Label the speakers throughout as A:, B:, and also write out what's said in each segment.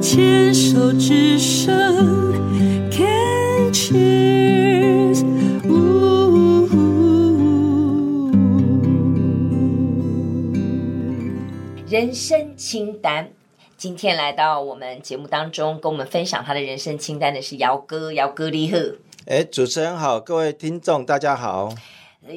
A: 牵手之声，Can cheers。
B: 人生清单。今天来到我们节目当中，跟我们分享他的人生清单的是姚哥，姚哥厉害。
C: 哎，主持人好，各位听众大家好。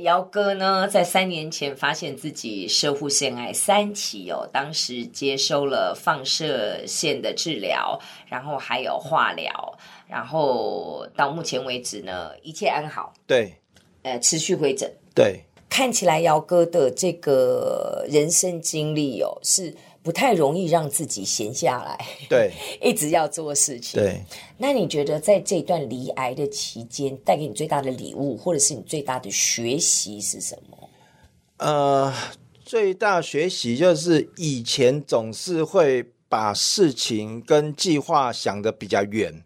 B: 姚哥呢，在三年前发现自己射护腺癌三期哦，当时接收了放射线的治疗，然后还有化疗，然后到目前为止呢，一切安好，
C: 对
B: 呃，持续回诊。
C: 对，
B: 看起来姚哥的这个人生经历哦，是不太容易让自己闲下来，
C: 对
B: 一直要做事情。
C: 对，
B: 那你觉得在这段离癌的期间，带给你最大的礼物，或者是你最大的学习是什么？
C: 呃，最大学习就是以前总是会把事情跟计划想的比较远，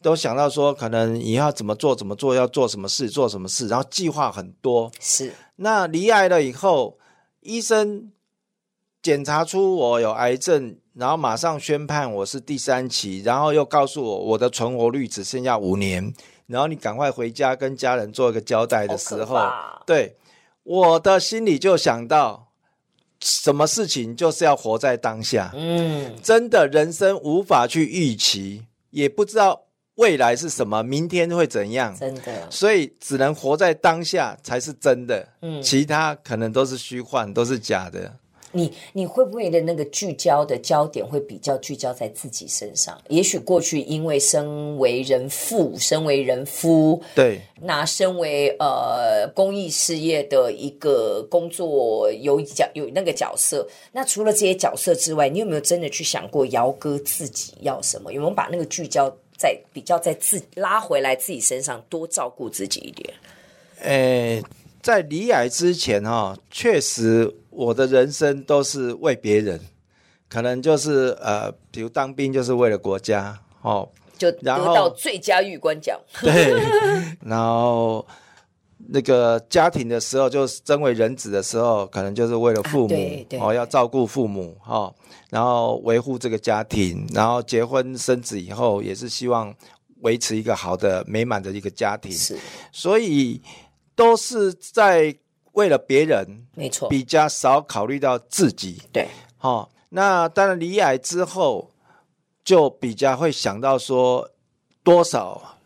C: 都想到说可能你要怎么做怎么做，要做什么事做什么事，然后计划很多。
B: 是
C: 那离癌了以后，医生检查出我有癌症，然后马上宣判我是第三期，然后又告诉我我的存活率只剩下五年，然后你赶快回家跟家人做一个交代的时候，对我的心里就想到，什么事情就是要活在当下，
B: 嗯，
C: 真的人生无法去预期，也不知道未来是什么，明天会怎样。
B: 真的，
C: 所以只能活在当下才是真的，
B: 嗯
C: 其他可能都是虚幻，都是假的。
B: 你你会不会的那个聚焦的焦点会比较聚焦在自己身上？也许过去因为身为人父，身为人夫，
C: 对
B: 那身为呃公益事业的一个工作有一角有那个角色，那除了这些角色之外，你有没有真的去想过姚哥自己要什么？有没有把那个聚焦在比较在自拉回来自己身上，多照顾自己一点？
C: 诶，在离癌之前哈、哦确实我的人生都是为别人，可能就是呃，比如当兵就是为了国家哦，
B: 就得
C: 然后
B: 到最佳玉官奖，
C: 对，然后那个家庭的时候，就是身为人子的时候，可能就是为了父母、
B: 啊对对
C: 哦，要照顾父母哦，然后维护这个家庭，然后结婚生子以后，也是希望维持一个好的美满的一个家庭，
B: 是
C: 所以都是在为了别人，
B: 没错，
C: 比较少考虑到自己。
B: 对，
C: 哦，那当然离癌之后，就比较会想到说多少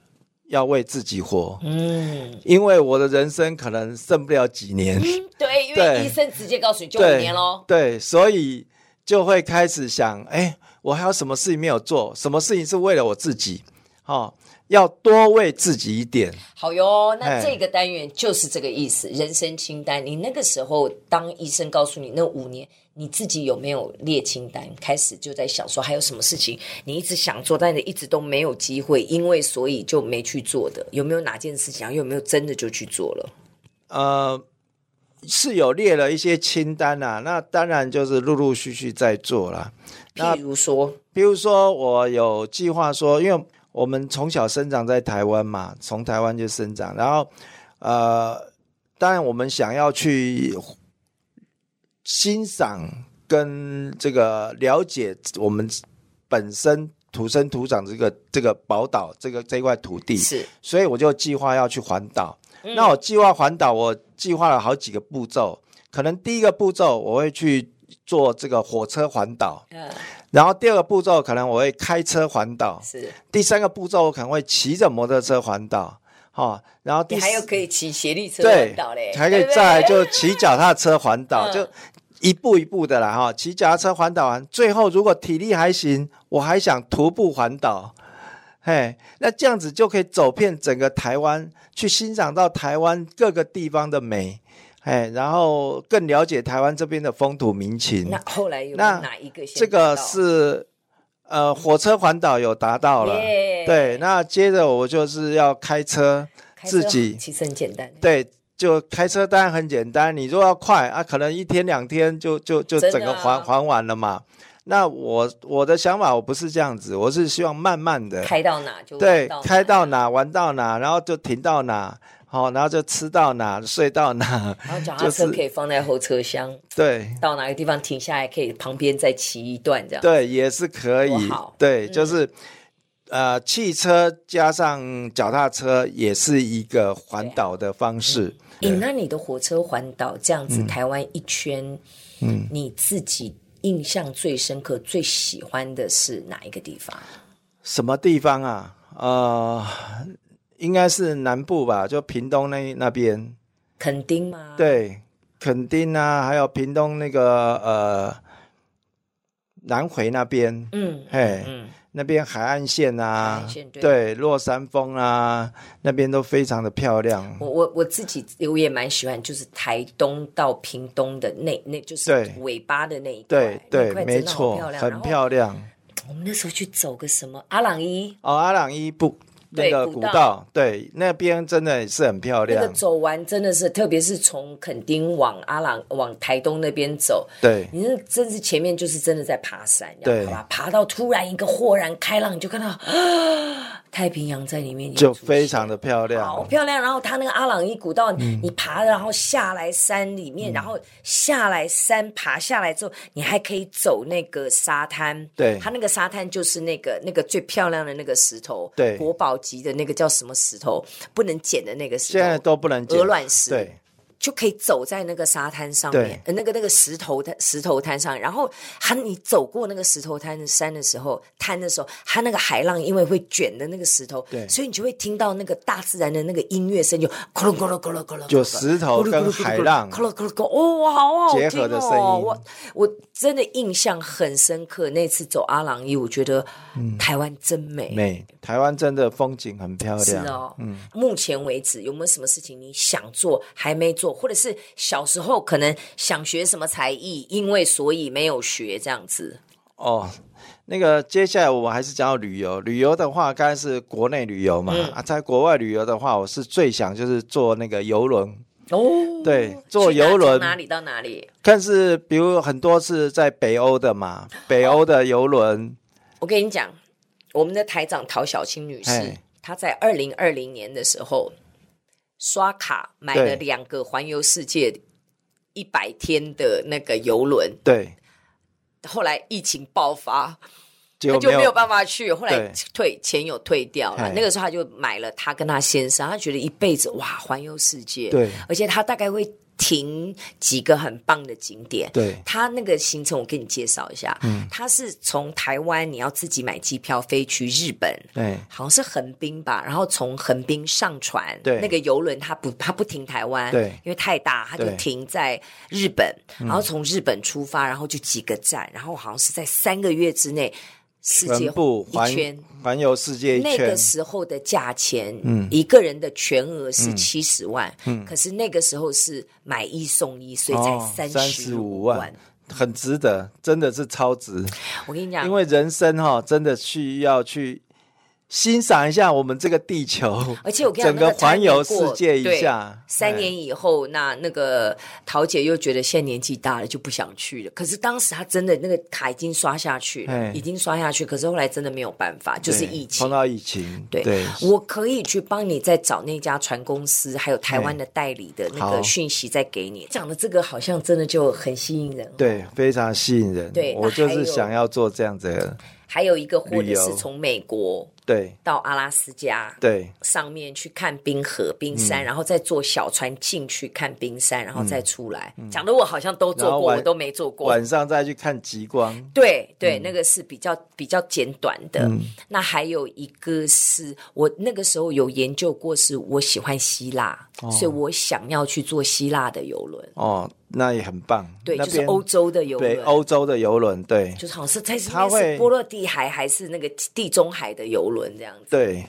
C: 要为自己活，
B: 嗯，
C: 因为我的人生可能剩不了几年，
B: 对，因为
C: 对
B: 医生直接告诉嗯你就五
C: 对
B: 年喽，
C: 对，所以就会开始想，哎，我还有什么事情没有做？什么事情是为了我自己？哦，要多为自己一点。
B: 好哟，那
C: 哎
B: 这个单元就是这个意思，人生清单。你那个时候当医生告诉你那五年，你自己有没有列清单？开始就在想说还有什么事情你一直想做，但你一直都没有机会，因为所以就没去做的，有没有哪件事情，然后有没有真的就去做了？
C: 呃，是有列了一些清单啊，那当然就是陆陆续续在做啦。那
B: 譬如说，
C: 比如说，我有计划说，因为我们从小生长在台湾嘛，从台湾就生长，然后呃，当然我们想要去欣赏跟这个了解我们本身土生土长这个这个宝岛这个这块土地，
B: 是
C: 所以我就计划要去环岛。那我计划环岛，我计划了好几个步骤，可能第一个步骤我会去做这个火车环岛。
B: 嗯、
C: 然后第二个步骤可能我会开车环岛，
B: 是
C: 第三个步骤我可能会骑着摩托车环岛，哈、然后第
B: 你
C: 四
B: 还有可以骑斜力车
C: 对
B: 环岛嘞，，
C: 还可以
B: 对不对
C: 再来就骑脚踏车环岛，
B: 嗯
C: 就一步一步的啦，哈、骑脚踏车环岛完，最后如果体力还行，我还想徒步环岛。嘿，那这样子就可以走遍整个台湾，去欣赏到台湾各个地方的美，哎，然后更了解台湾这边的风土民情。
B: 那后来有没有
C: 那
B: 哪一个先
C: 这
B: 达
C: 个
B: 到
C: 是呃火车环岛有达到了
B: 耶
C: 对。那接着我就是要开车，
B: 开车
C: 自己
B: 其实很简单，
C: 对，就开车当然很简单，你如果要快啊，可能一天两天就就就
B: 真的
C: 整个还、
B: 啊
C: 还完了嘛。那我我的想法我不是这样子，我是希望慢慢的
B: 开到哪就
C: 对
B: 到哪
C: 开到哪玩到哪，然后就停到哪，好、然后就吃到哪睡到哪，
B: 然后脚踏
C: 就
B: 车
C: 是
B: 可以放在后车厢，
C: 对
B: 到哪个地方停下来可以旁边再骑一段这 样。
C: 对，也是可以
B: 多好，嗯
C: 对，就是、呃，汽车加上脚踏车也是一个环岛的方式。
B: 诶，那你的火车环岛这样子，
C: 嗯
B: 台湾一圈，嗯，你自己印象最深刻、最喜欢的是哪一个地方？
C: 什么地方啊？呃，应该是南部吧，就屏东那那边，
B: 嗯垦丁吗？，
C: 对，垦丁啊，还有屏东那个呃南回那边，
B: 嗯
C: 嘿，
B: 嗯，
C: 那边海岸线
B: 海
C: 啊
B: 岸线，对
C: 落山风啊，那边都非常的漂亮。
B: 我我我自己我也蛮喜欢，就是台东到屏东的那那，就是
C: 对
B: 尾巴的那一块，
C: 对对
B: 那块，
C: 没
B: 真的好
C: 错
B: 漂，亮，
C: 很漂亮。
B: 亮。我们那时候去走个什么阿朗伊，
C: 哦，阿朗伊布那
B: 对
C: 个
B: 古
C: 古
B: 道
C: 道，对，那边真的也是很漂
B: 那个
C: 亮。
B: 走完真的是，特别是从垦丁往阿朗往台东那边走，
C: 对
B: 你那真是前面就是真的在爬山，
C: 对
B: 好吧？爬到突然一个豁然开朗，你就看到 啊，太平洋在里面
C: 就非常的漂
B: 好
C: 亮。
B: 漂亮。然后它那个阿朗伊古道，
C: 嗯
B: 你爬，然后下来山里面，然后下来山爬下来之后，你还可以走那个沙滩。
C: 对
B: 它那个沙滩就是那个那个最漂亮的那个石头，
C: 对
B: 国宝级的那个叫什么石头，不能捡的那个石头。
C: 现在都不能捡
B: 鹅卵石
C: 对
B: 就可以走在那个沙滩上面
C: 对，
B: 呃那个那个石头滩石头滩上，然后它你走过那个石头滩山的时候，滩的时候，它那个海浪因为会卷的那个石头，
C: 对
B: 所以你就会听到那个大自然的那个音乐声，就咕噜咕噜咕噜咕噜咕噜，
C: 就石头跟
B: 咕噜咕噜咕噜咕噜
C: 海浪
B: 咕噜咕噜咕噜，哦，好好听哦
C: 结合的声音
B: 我我真的印象很深刻，那次走阿朗伊，我觉得台湾真美，
C: 美，台湾真的风景很漂
B: 是
C: 亮。
B: 哦，嗯，目前为止有没有什么事情你想做还没做，或者是小时候可能想学什么才艺，因为所以没有学这样子？
C: 哦，那个接下来我们还是讲到旅游。旅游的话，刚才是国内旅游嘛、
B: 嗯
C: 啊，在国外旅游的话，我是最想就是坐那个游轮，
B: 哦，
C: 对，坐游轮
B: 从。哪里到哪里？
C: 但是比如很多是在北欧的嘛，北欧的游轮，
B: 我跟你讲，我们的台长陶小青女士
C: 嘿，
B: 她在二零二零年的时候刷卡买
C: 对
B: 了两个环游世界一百天的那个游轮，
C: 对，
B: 后来疫情爆发，
C: 结
B: 他
C: 果
B: 就
C: 没有
B: 没有办法去，后来
C: 对
B: 退钱有退掉了
C: 哎。
B: 那个时候他就买了他跟他先生，他觉得一辈子哇环游世界，
C: 对
B: 而且他大概会停几个很棒的景点。
C: 对嗯
B: 他那个行程我给你介绍一下，他是从台湾你要自己买机票飞去日本。
C: 对
B: 好像是横滨吧，然后从横滨上船，
C: 对
B: 那个游轮它不它不停台湾，
C: 对
B: 因为太大，它就
C: 对嗯
B: 停在日本，然后从日本出发，然后就几个站，然后好像是在三个月之内，世界
C: 全部环
B: 一圈。
C: 环游世界一
B: 那
C: 圈
B: 个，时候的价钱，
C: 嗯
B: 一个人的全额是七十万，可是那个时候是买一送一，所以
C: 哦
B: 才三
C: 35
B: 万。
C: 万很值得，真的是超值。
B: 我跟你讲，
C: 因为人生哈、真的需要去欣赏一下我们这个地球，
B: 而且我跟你讲，
C: 整个
B: 那
C: 环
B: timing
C: 游
B: 过
C: 世界一
B: 对
C: 下，哎
B: 三年以后，那那个桃姐又觉得现在年纪大了就不想去了。可是当时她真的那个卡已经刷下去了
C: 哎，
B: 已经刷下去，可是后来真的没有办法，就是
C: 对
B: 疫
C: 碰
B: 情。
C: 到疫情，
B: 对，
C: 对
B: 我可以去帮你再找那家船公司，还有台湾
C: 哎
B: 的代理的那个
C: 好
B: 讯息再给你。讲的这个好像真的就很吸引人。
C: 对非常吸引人。
B: 对
C: 我就
B: 那还有
C: 是想要做这样子的，
B: 还有一个，或
C: 旅
B: 者
C: 游
B: 是从美国
C: 对
B: 到阿拉斯加，
C: 对
B: 上面去看冰河、冰山，
C: 嗯
B: 然后再坐小船进去看冰山，然后再出来。讲的我好像都做
C: 嗯然后
B: 过，
C: 晚
B: 我都没做过。
C: 晚嗯上再去看极光，
B: 对对，那个是比较比较简短的。
C: 嗯
B: 那还有一个是我那个时候有研究过，是我喜欢希腊，所以我想要去坐希腊的游轮。
C: 哦，那也很棒。
B: 对，
C: 那
B: 就是
C: 边
B: 欧洲的游
C: 对
B: 轮，
C: 欧洲的游轮，对
B: 就是好像是在
C: 它
B: 那边
C: 会
B: 是波罗的海还是那个地中海的游轮这样子。
C: 对，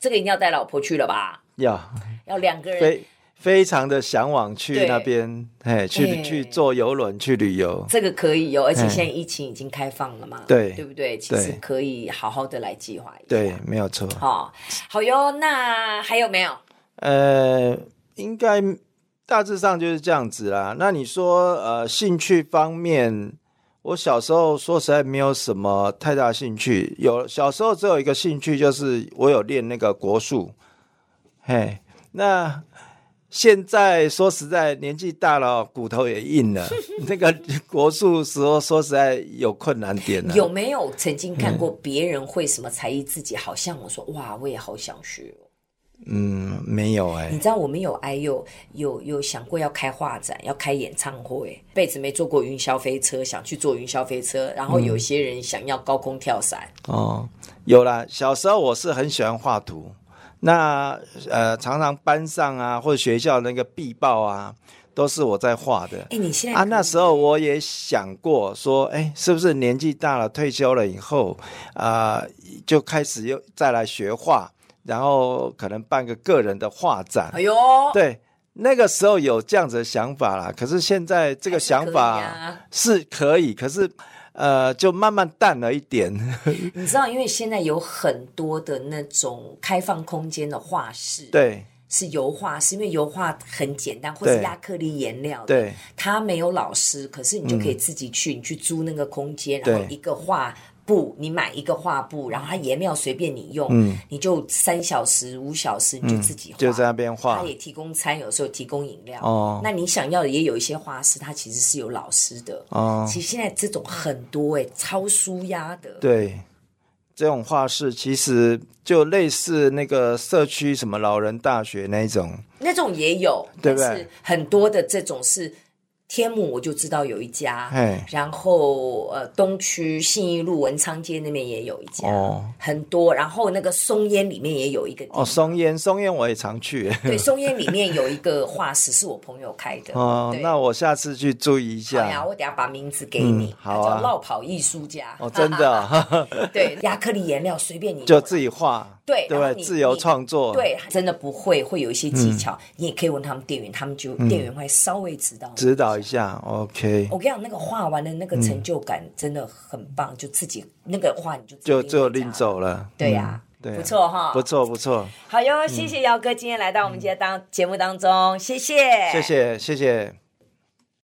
B: 这个一定要带老婆去了吧？
C: 要
B: 要两个人
C: 非非常的向往去
B: 对
C: 那边，哎，
B: 哎
C: 去去坐游轮去旅游，
B: 这个可以哦有，而且
C: 嗯
B: 现在疫情已经开放了嘛，
C: 对
B: 对不对？其实
C: 对
B: 可以好好的来计划一下。
C: 对，没有错。
B: 哦，好哟，那还有没有？
C: 呃，应该大致上就是这样子啦。那你说，呃，兴趣方面，我小时候说实在没有什么太大兴趣，有小时候只有一个兴趣，就是我有练那个国术，嘿，那现在说实在，年纪大了，骨头也硬了，那个国术时候说实在有困难点了、
B: 有没有曾经看过别人会什么才艺，自己好像我说哇，我也好想学哦。
C: 嗯，没有哎、
B: 你知道我们有哎有有有想过要开画展，要开演唱会，辈子没坐过云霄飞车，想去坐云霄飞车。然
C: 嗯
B: 后有些人想要高空跳伞，
C: 哦，有啦。小时候我是很喜欢画图，那呃，常常班上啊或者学校那个壁报啊，都是我在画的。
B: 哎、你现在
C: 啊，那时候我也想过说，哎，是不是年纪大了，退休了以后，啊、就开始又再来学画，然后可能办个个人的画展。
B: 哎呦，
C: 对，那个时候有这样子的想法啦。可是现在这个想
B: 还
C: 法
B: 是可以啊
C: 是可以，可是呃，就慢慢淡了一点。
B: 你知道，因为现在有很多的那种开放空间的画室，，
C: 对
B: 是油画，是因为油画很简单，或是
C: 对
B: 亚克力颜料的，
C: 对，嗯
B: 他没有老师，可是你就可以自己去，你去租那个空间，
C: 对
B: 然后一个画布，你买一个画布，然后它颜料随便你用，
C: 嗯
B: 你就三小时、五小时你就自己画，
C: 就在那边画
B: 他。也提供餐，有时候提供饮料。
C: 哦
B: 那你想要的也有一些画室，它其实是有老师的。
C: 哦，
B: 其实现在这种很多哎、超舒压的。
C: 对，这种画室其实就类似那个社区什么老人大学那一种。
B: 那种也有，
C: 对不对
B: 但是很多的这种是天母，我就知道有一家
C: 嘿，
B: 然后呃东区信义路文昌街那边也有一家，
C: 哦
B: 很多，然后那个松烟里面也有一个地
C: 哦，松烟，松烟我也 常去。
B: 对，松烟里面有一个画室是我朋友开的，
C: 哦，
B: 对
C: 那我下次去注意一
B: 好呀，
C: 下。
B: 我等下把名字给你，
C: 嗯好啊
B: 它叫绕跑艺术家，
C: 哦，真 的啊，
B: 对，亚克力颜料随便你
C: 就
B: 用
C: 自己画，
B: 对
C: 对不
B: 然
C: 对？
B: 后你
C: 自由
B: 你
C: 创作，，
B: 对，真的不会，会有一些技
C: 嗯
B: 巧，你也可以问他们店员，他们就、店员会稍微指导你。
C: 指导一下。OK，
B: 我跟你讲，那个画完的那个成就感真的很棒，就自己那个画你就自己
C: 就就
B: 拎回
C: 拎
B: 家。
C: 走了。
B: 对呀、
C: 嗯对啊
B: 不错哈，
C: 不。错不错，嗯
B: 好哟，谢谢姚哥今天来到我们今天当节目当中，谢谢，
C: 谢。谢谢谢。